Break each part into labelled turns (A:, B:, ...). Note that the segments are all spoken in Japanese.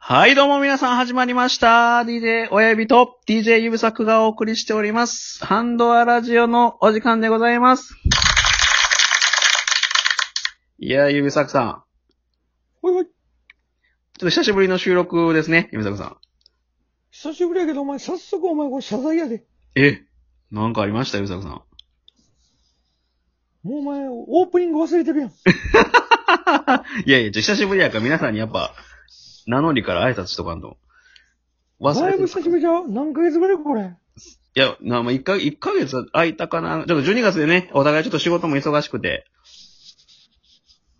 A: はい、どうも皆さん始まりました。DJ 親指と DJ 指作がお送りしております。ハンドアラジオのお時間でございます。いやー、指作さん。
B: ほいほい。
A: ちょっと久しぶりの収録ですね、指作さん。
B: 久しぶりやけど、お前、早速お前、これ謝罪やで。
A: え、なんかありました、指作さん。
B: もうお前、オープニング忘れてるやん。
A: いやいや、ちょ久しぶりやから皆さんにやっぱ、名乗りから挨拶しとかんと。忘
B: だ
A: れ
B: い
A: て
B: ぶ
A: た
B: 久しぶりじゃう何ヶ月ぶりこれ。
A: いや、な、まあ、1か、一ヶ月空いたかな。ちょっと12月でね、お互いちょっと仕事も忙しくて。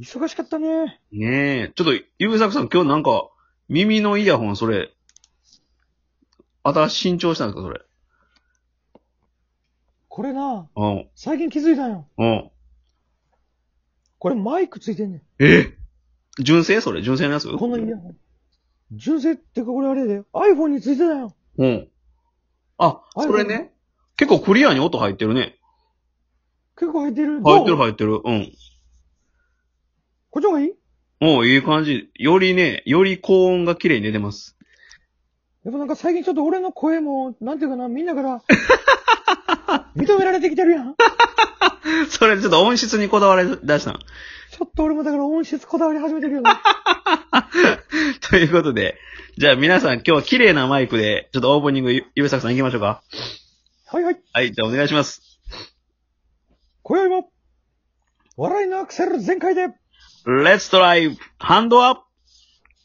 B: 忙しかったね。
A: ねえ。ちょっと、ゆうさくさん今日なんか、耳のイヤホン、それ、新しい新調したんですか、それ。
B: これな、
A: うん。
B: 最近気づいたんよ。
A: うん。
B: これマイクついてんね
A: え純正それ純正のやつ
B: ん。このイヤホン。純正ってかこれあれで、iPhone についてたんよ。
A: うん。あ、それね。結構クリアに音入ってるね。
B: 結構入ってる。
A: 入ってる
B: どう
A: 入ってる。うん。
B: こっちの方がいい
A: もういい感じ。よりね、より高音が綺麗に出てます。
B: やっぱなんか最近ちょっと俺の声も、なんていうかな、みんなから、 認められてきてるやん。ち
A: それちょっと音質にこだわり出したの。
B: ょっと俺もだから音質こだわり始めてるよね。
A: ということで、じゃあ皆さん今日は綺麗なマイクで、ちょっとオープニングゆ、ゆうさくさん行きましょうか。
B: はいはい。
A: はい、じゃあお願いします。
B: 今宵も、笑いのアクセル全開で、
A: Let's try hand up!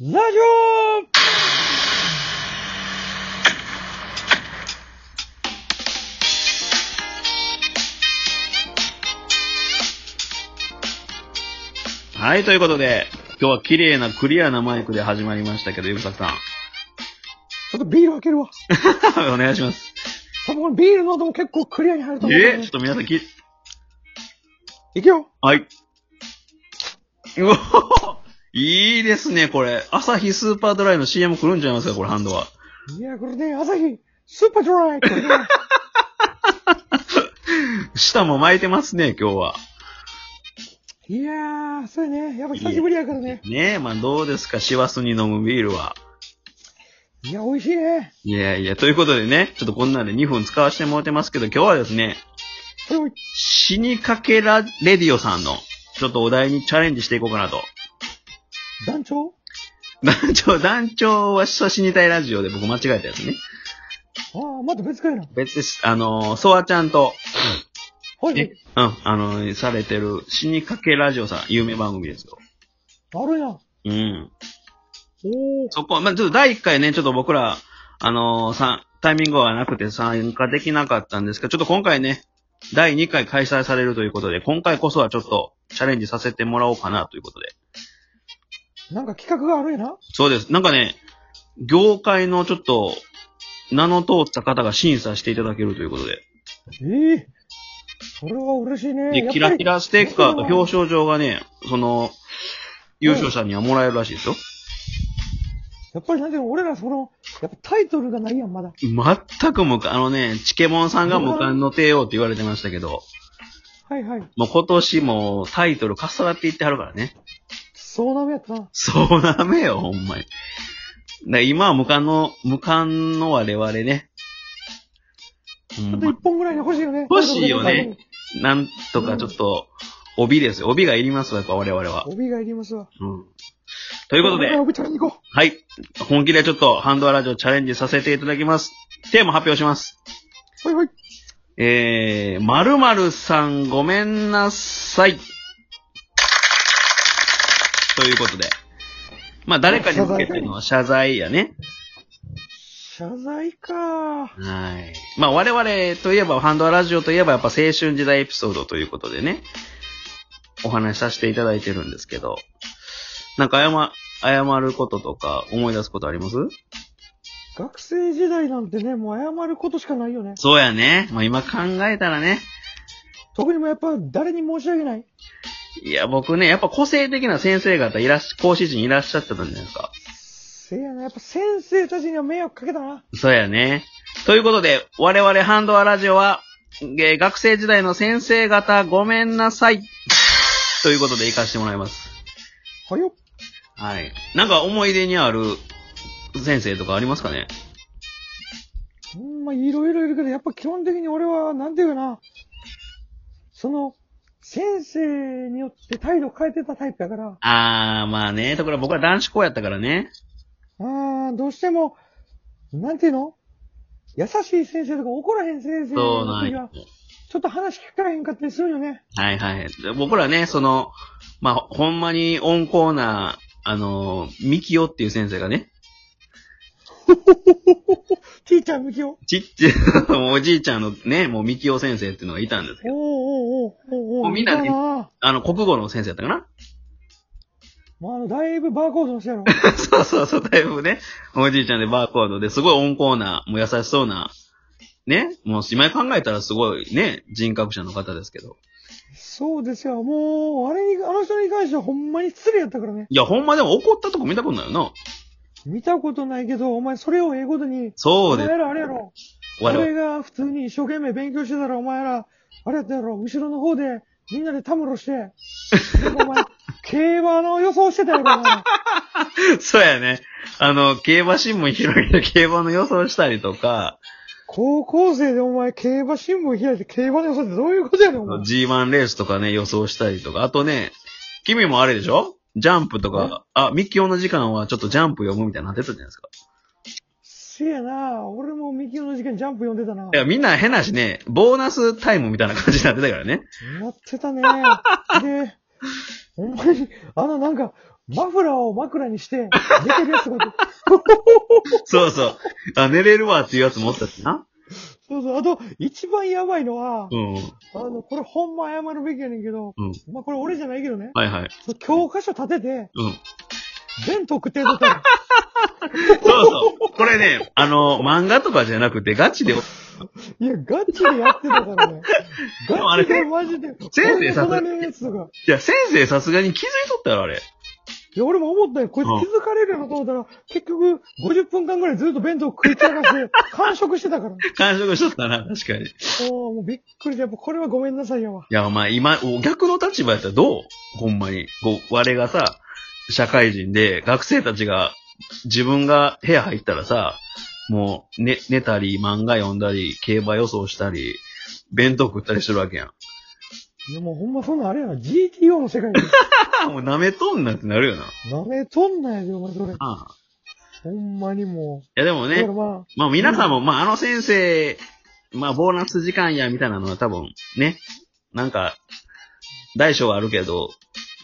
B: ラジオ
A: はい、ということで、今日は綺麗なクリアなマイクで始まりましたけど、ゆうさくさん。
B: ちょっとビール開けるわ。
A: お願いします。
B: 多分このビールの音も結構クリアに入ると思う、
A: え
B: ね
A: ちょっ。と皆さんき、
B: いけよ。
A: はい。うおいいですね、これ。朝日スーパードライの CM 来るんちゃいますか、これ、ハンドは。
B: いや、これね、朝日、スーパードライ。 これね
A: 舌も巻いてますね、今日は。
B: いやー、そうやね。やっぱ久しぶりやからね。
A: ねえ、まあどうですか、師走に飲むビールは。
B: いや、美味しいね。
A: いやいや、ということでね、ちょっとこんなんで2分使わせてもらってますけど、今日はですね、
B: これも、
A: 死にかけらレディオさんの、ちょっとお題にチャレンジしていこうかなと。
B: 団長
A: 団長、団長は人死にたいラジオで僕間違えたやつね。
B: ああ、また別かいな。
A: 別です。あのー、ソワちゃんと、
B: はい、は
A: ねう
B: い。、
A: ん、あのー、されてる死にかけラジオさん、有名番組ですよ。
B: あるやん。
A: うん。
B: おー、
A: そこ、まあ、ちょっと第1回ね、ちょっと僕ら、あのー、さ、タイミングはなくて参加できなかったんですけど、ちょっと今回ね、第2回開催されるということで、今回こそはちょっとチャレンジさせてもらおうかなということで。
B: なんか企画があるやな。
A: そうです。なんかね、業界のちょっと、名の通った方が審査していただけるということで。
B: ええそれは嬉しいね。
A: で、
B: やっ
A: キ
B: ぱ
A: ラ
B: り
A: キラステッカーと表彰状がね、その、優勝者にはもらえるらしいですよ。
B: やっぱりなんていうの、俺らその、やっぱタイトルがないやん、まだ。
A: 全く無関、あのね、チケモンさんが無冠の帝王って言われてましたけど、
B: はいはい。
A: もう今年もタイトル重なっていってはるからね。
B: そうなめやったな。
A: そうなめよ、ほんまに。だ今は無冠の、無冠の我々ね。ほん
B: ちょっと
A: ま
B: 一本ぐらいに欲しいよね。
A: 欲しいよね。なんとかちょっと、帯ですよ。帯がいりますわ、やっぱ我々は。
B: 帯がいりますわ。
A: うん。ということで、
B: 帯取りに行こ
A: はい。本気でちょっとハンドアラジオチャレンジさせていただきます。テーマ発表します。
B: う。ほいほい。
A: えー、〇〇さんごめんなさい。ということで。まあ、誰かに向けての謝罪やね。
B: 謝罪か。
A: はい。まあ、我々といえば、ハンドアラジオといえば、やっぱ青春時代エピソードということでね、お話しさせていただいてるんですけど、なんか謝、謝ることとか思い出すことあります
B: 学生時代なんてね、もう謝ることしかないよね。
A: そうやね。まあ、今考えたらね、
B: 特にもやっぱ誰に申し訳ない。
A: いや、僕ね、やっぱ個性的な先生方いらっし、講師陣いらっしゃってたんじゃないですか。
B: せやな、やっぱ先生たちには迷惑かけたな。
A: そうやね。ということで、我々ハンドアラジオは、えー学生時代の先生方ごめんなさい。ということで行かせてもらいます。
B: はいよ。
A: はい。なんか思い出にある先生とかありますかね
B: うん、まあ、いろいろいるけど、やっぱ基本的に俺は、なんていうかな、その、先生によって態度変えてたタイプやから、
A: あー、まあね。ところが僕は男子校やったからね。
B: あー、どうしても、なんていうの優しい先生とか怒らへん先生
A: そう
B: の
A: なん
B: 時
A: よ
B: は、ちょっと話聞かへんかったりするよね。
A: はいはい。で僕らね、その、まあ、ほんまに温厚な、あの、ミキオっていう先生がね、
B: ティーチャー向きを。
A: ちっちゃい おじいちゃんのね、もうミキオ先生っていうのがいたんですけど、
B: おーおーおーおーお
A: もう
B: ー
A: みんなね
B: 見たな
A: あの、国語の先生やったかな
B: もうあの、だいぶバーコードの人やろ。
A: そうそうそう、だいぶね、おじいちゃんでバーコードで、すごい温厚な、もう優しそうな、ね、もう今考えたらすごいね、人格者の方ですけど。
B: そうですよ。もう、あれに、あの人に関してはほんまに失礼やったからね。
A: いや、ほんまでも怒ったとこ見たことないよな。
B: 見たことないけど、お前それをええことに、
A: そ
B: お
A: うで
B: 前
A: す。
B: らあれやろ。
A: 我々
B: 俺が普通に一生懸命勉強してたら、お前ら、あれやったやろ。後ろの方で、みんなでたむろして、 なんかお前、競馬の予想してたやろ、お前。
A: そうやね。あの、競馬新聞広げて競馬の予想したりとか、
B: 高校生でお前、競馬新聞開いて競馬の予想ってどういうことやねん、お前。
A: G1 レースとかね、予想したりとか、あとね、君もあれでしょジャンプとか、あ、ミッキーオの時間はちょっとジャンプ読むみたいになってたじゃないですか。。
B: せやな俺もミキオの事件ジャンプ読んでたない
A: や、みんな変なしね、ボーナスタイムみたいな感じになってたから ね。
B: やってたね。で、ほんまに、あのなんか、マフラーを枕にして、寝てるやつが、
A: そうそう。あ、寝れるわっていうやつ持ったしな。
B: そうそう、あと、一番やばいのは
A: う、ん。う
B: あの、これほんま謝るべきやねんけど、
A: ん。
B: まあこれ俺じゃないけどね、
A: はいはい。
B: そう教科書立てて、
A: うん。
B: 全特定だったら、
A: そうそう。これね、あの、漫画とかじゃなくてガチで、
B: いや、ガチでやってたからね。
A: もあ
B: ガ
A: れ
B: チでマジで、
A: 先生さ
B: 俺の隣のやつとか。
A: いや、先生さすがに気づいとったよ、あれ。
B: いや、俺も思ったよ。こいつ
A: うん
B: 気づかれるのと思ったら、結局、50分間ぐらいずっと弁当食い散らかして、完食してたから。
A: 完食しとったな、確かに。
B: おーもうびっくりで、やっぱこれはごめんなさいやわ。
A: いや、お前、今、お逆の立場やったらどうほんまに。こう、我がさ、社会人で、学生たちが、自分が部屋入ったらさ、もう、ね、寝たり、漫画読んだり、競馬予想したり、弁当食ったりしてるわけやん。
B: いや、もうほんまそんなんあれやな。GTO の 世界で。
A: あもう舐めとんなってなるよな。
B: 舐めとんないで、お前それ。
A: ああ
B: ほんまにも
A: いや、でも
B: う。だか
A: ね
B: ら、ま
A: まあ皆さんも、まああの先生、まあボーナス時間や、みたいなのは多分、ね、なんか、大小はあるけど、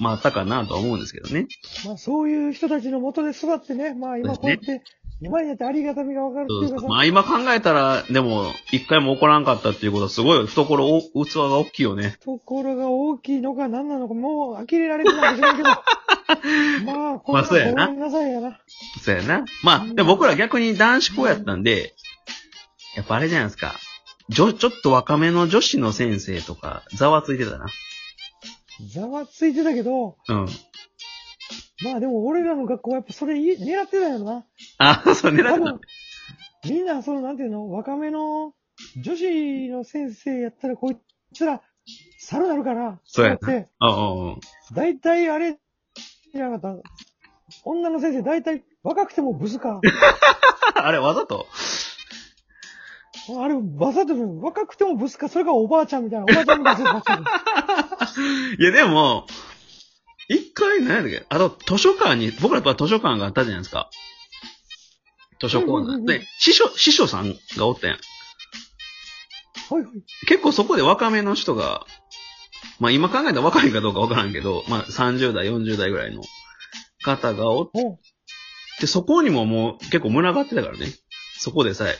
A: まああったかなとは思うんですけどね。
B: あ、まあそういう人たちの元で育ってね、まあ今こうやって、今になってありがたみがわかるっていうかさ、
A: まあ今考えたら、でも、一回も怒らんかったっていうことはすごい懐お、器が大きいよね。
B: ところが大きいのか何なのか、もう呆れられてないんだ けど。まあ、こん
A: まあ
B: な
A: そうやな
B: ごめんなさいやな。
A: そうやな。まあ、でも僕ら逆に男子校やったんで、やっぱあれじゃないですか。ちょ、ちょっと若めの女子の先生とか、ざわついてたな。
B: ざわついてたけど、
A: うん。
B: まあでも俺らの学校はやっぱそれい狙ってたんやろな。
A: あ、そう、狙
B: 多
A: ってた
B: 分。、みんなその、なんていうの、若めの女子の先生やったらこいつら、猿なるから、
A: そうやな
B: って、
A: うんうんうん。
B: 大体あれ、じゃなかった。女の先生、大体若くてもブスか。
A: あれ、わざと
B: あれ、バサッとる若くてもブスか、それがおばあちゃんみたいな、おばあちゃんみたいな先生ばっかり。
A: いや、でも、一回、何やったっけあと、図書館に、僕らやっぱ図書館があったじゃないですか。図書コーナ
B: うんうんう
A: ー。
B: ん
A: で、司書、司書さんがおったやん。
B: はいはい。
A: 結構そこで若めの人が、まあ今考えたら若いかどうかわからんけど、まあ30代、40代ぐらいの方がおっ
B: お
A: て、そこにももう結構群がってたからね。そこでさえ。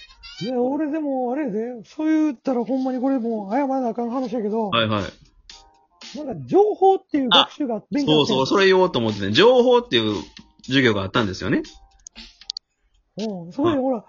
B: いや、俺でも、あれやで、そう言ったらほんまにこれもう謝らなあかん話やけど、
A: はいはい。
B: なんか情報っていう学習が勉
A: そ
B: 強
A: うそう、
B: そ
A: それ言おうと思ってね。情報っていう授業があったんですよね。
B: うん、そこでほら、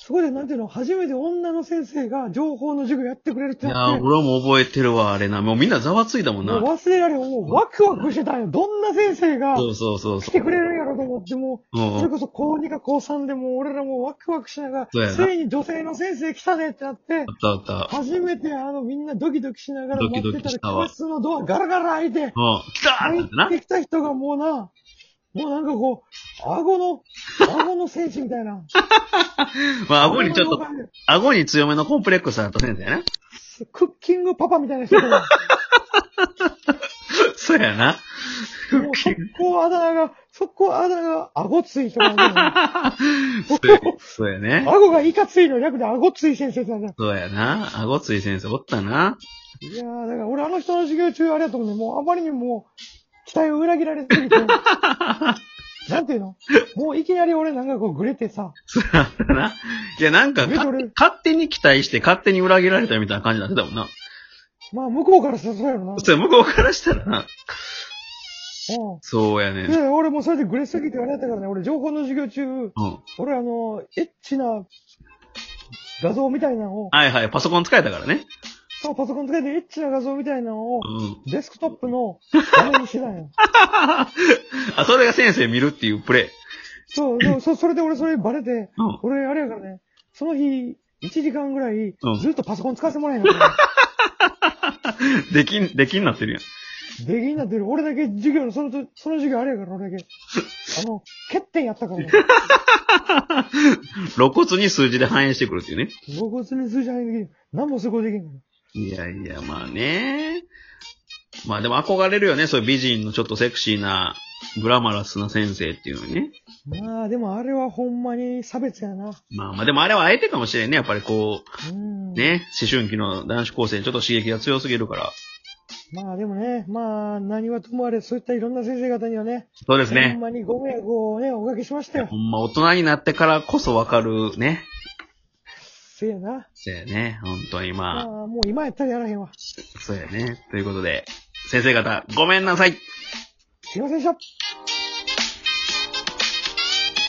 B: そこでなんていうの、初めて女の先生が情報の授業やってくれるっ
A: い
B: て
A: や
B: なっ
A: ー、
B: て、
A: 俺はもう覚えてるわ、あれな。もうみんなざわついたもん
B: もう
A: な。
B: 忘れられん、もうワクワクしてたんよ。どんな先生が
A: そうそうそう
B: 来
A: そ
B: て
A: う。
B: くれるんやろと思って、も
A: う
B: う、
A: ん
B: そ
A: うん
B: れこそ高2か高3でもう俺らもうワクワクしなが
A: そうや
B: ら、
A: な
B: ついに女性の先生来たねってなって、
A: あったあった。
B: 初めてあのみんなドキドキしながら
A: ドキ
B: 待
A: ド
B: っ
A: キ
B: てた
A: し
B: ら
A: たわ
B: 教室のドアガラガラ開いて、
A: うん。来たー
B: 入
A: ってな
B: っ。てきた人がもうな、もうなんかこう、顎の、顎の戦士みたいな。
A: まあ、顎にちょっ
B: 顎の
A: と、
B: 妖怪で
A: 顎に強めのコンプレックスだとねんだよな。
B: クッキングパパみたいな人が、
A: そうやな。
B: もう速攻あだ名が、速攻あだ名が顎つい人なんだ
A: そうやそうやね
B: よ。。 顎がいかついの略で顎つい先生ってなんだよ。
A: そうやな。顎つい先生おったな。
B: いやー、だから俺あの人の授業中あれやと思うね。もうあまりにもう、期待を裏切られす ぎて。なんていうのもういきなり俺なんかこうグレてさ、
A: そうやったな。いや、なんかか
B: ミドル
A: 勝手に期待して、勝手に裏切られたみたいな感じになってたもんな。
B: まあ向こうからするとそうやろな。
A: そうや、向こうからしたらな。
B: う
A: そうや
B: ん。い
A: ね。
B: や、俺もうそれでグレすぎてあれやったからね、俺情報の授業中、
A: うん。
B: 俺あの、エッチな画像みたいなのを、
A: はいはい、パソコン使えたからね。
B: そうパソコン使ってエッチな画像みたいなのを
A: う、ん。
B: デスクトップの画面にしてたんよ。
A: あ、それが先生見るっていうプレイ。
B: そう、そうそう、それで俺それバレて、
A: うん。
B: 俺あれやからね、その日、1時間ぐらい
A: うん、
B: ずっとパソコン使わせてもらえへんかった。
A: できん、できんなってるやん。
B: 出禁になってる。俺だけ授業の、そのと、その授業あれやから、俺だけ。あの、欠点やったから。
A: 露骨に数字で反映してくるっていうね。
B: 露骨に数字入る時に、何もそこできんの。
A: いやいや、まあね。まあでも憧れるよね。そういう美人のちょっとセクシーな、グラマラスな先生っていうのね。
B: まあ、でもあれはほんまに差別やな。
A: まあまあでもあれはあえてかもしれんね。やっぱりこ
B: うん。
A: う、。ね、思春期の男子高生にちょっと刺激が強すぎるから。
B: まあでもね、まあ、何はともあれ、そういったいろんな先生方にはね、
A: そうです
B: ほん
A: ね。
B: まにご迷惑をね、おかけしましたよ
A: ほ。んま大人になってからこそわかるね。
B: せやな。
A: そうやね。本当に
B: まあ
A: まあ、、
B: もう今やったらやらへんわ。
A: そうやね。ということで、先生方、ごめんなさい
B: すいませんでした。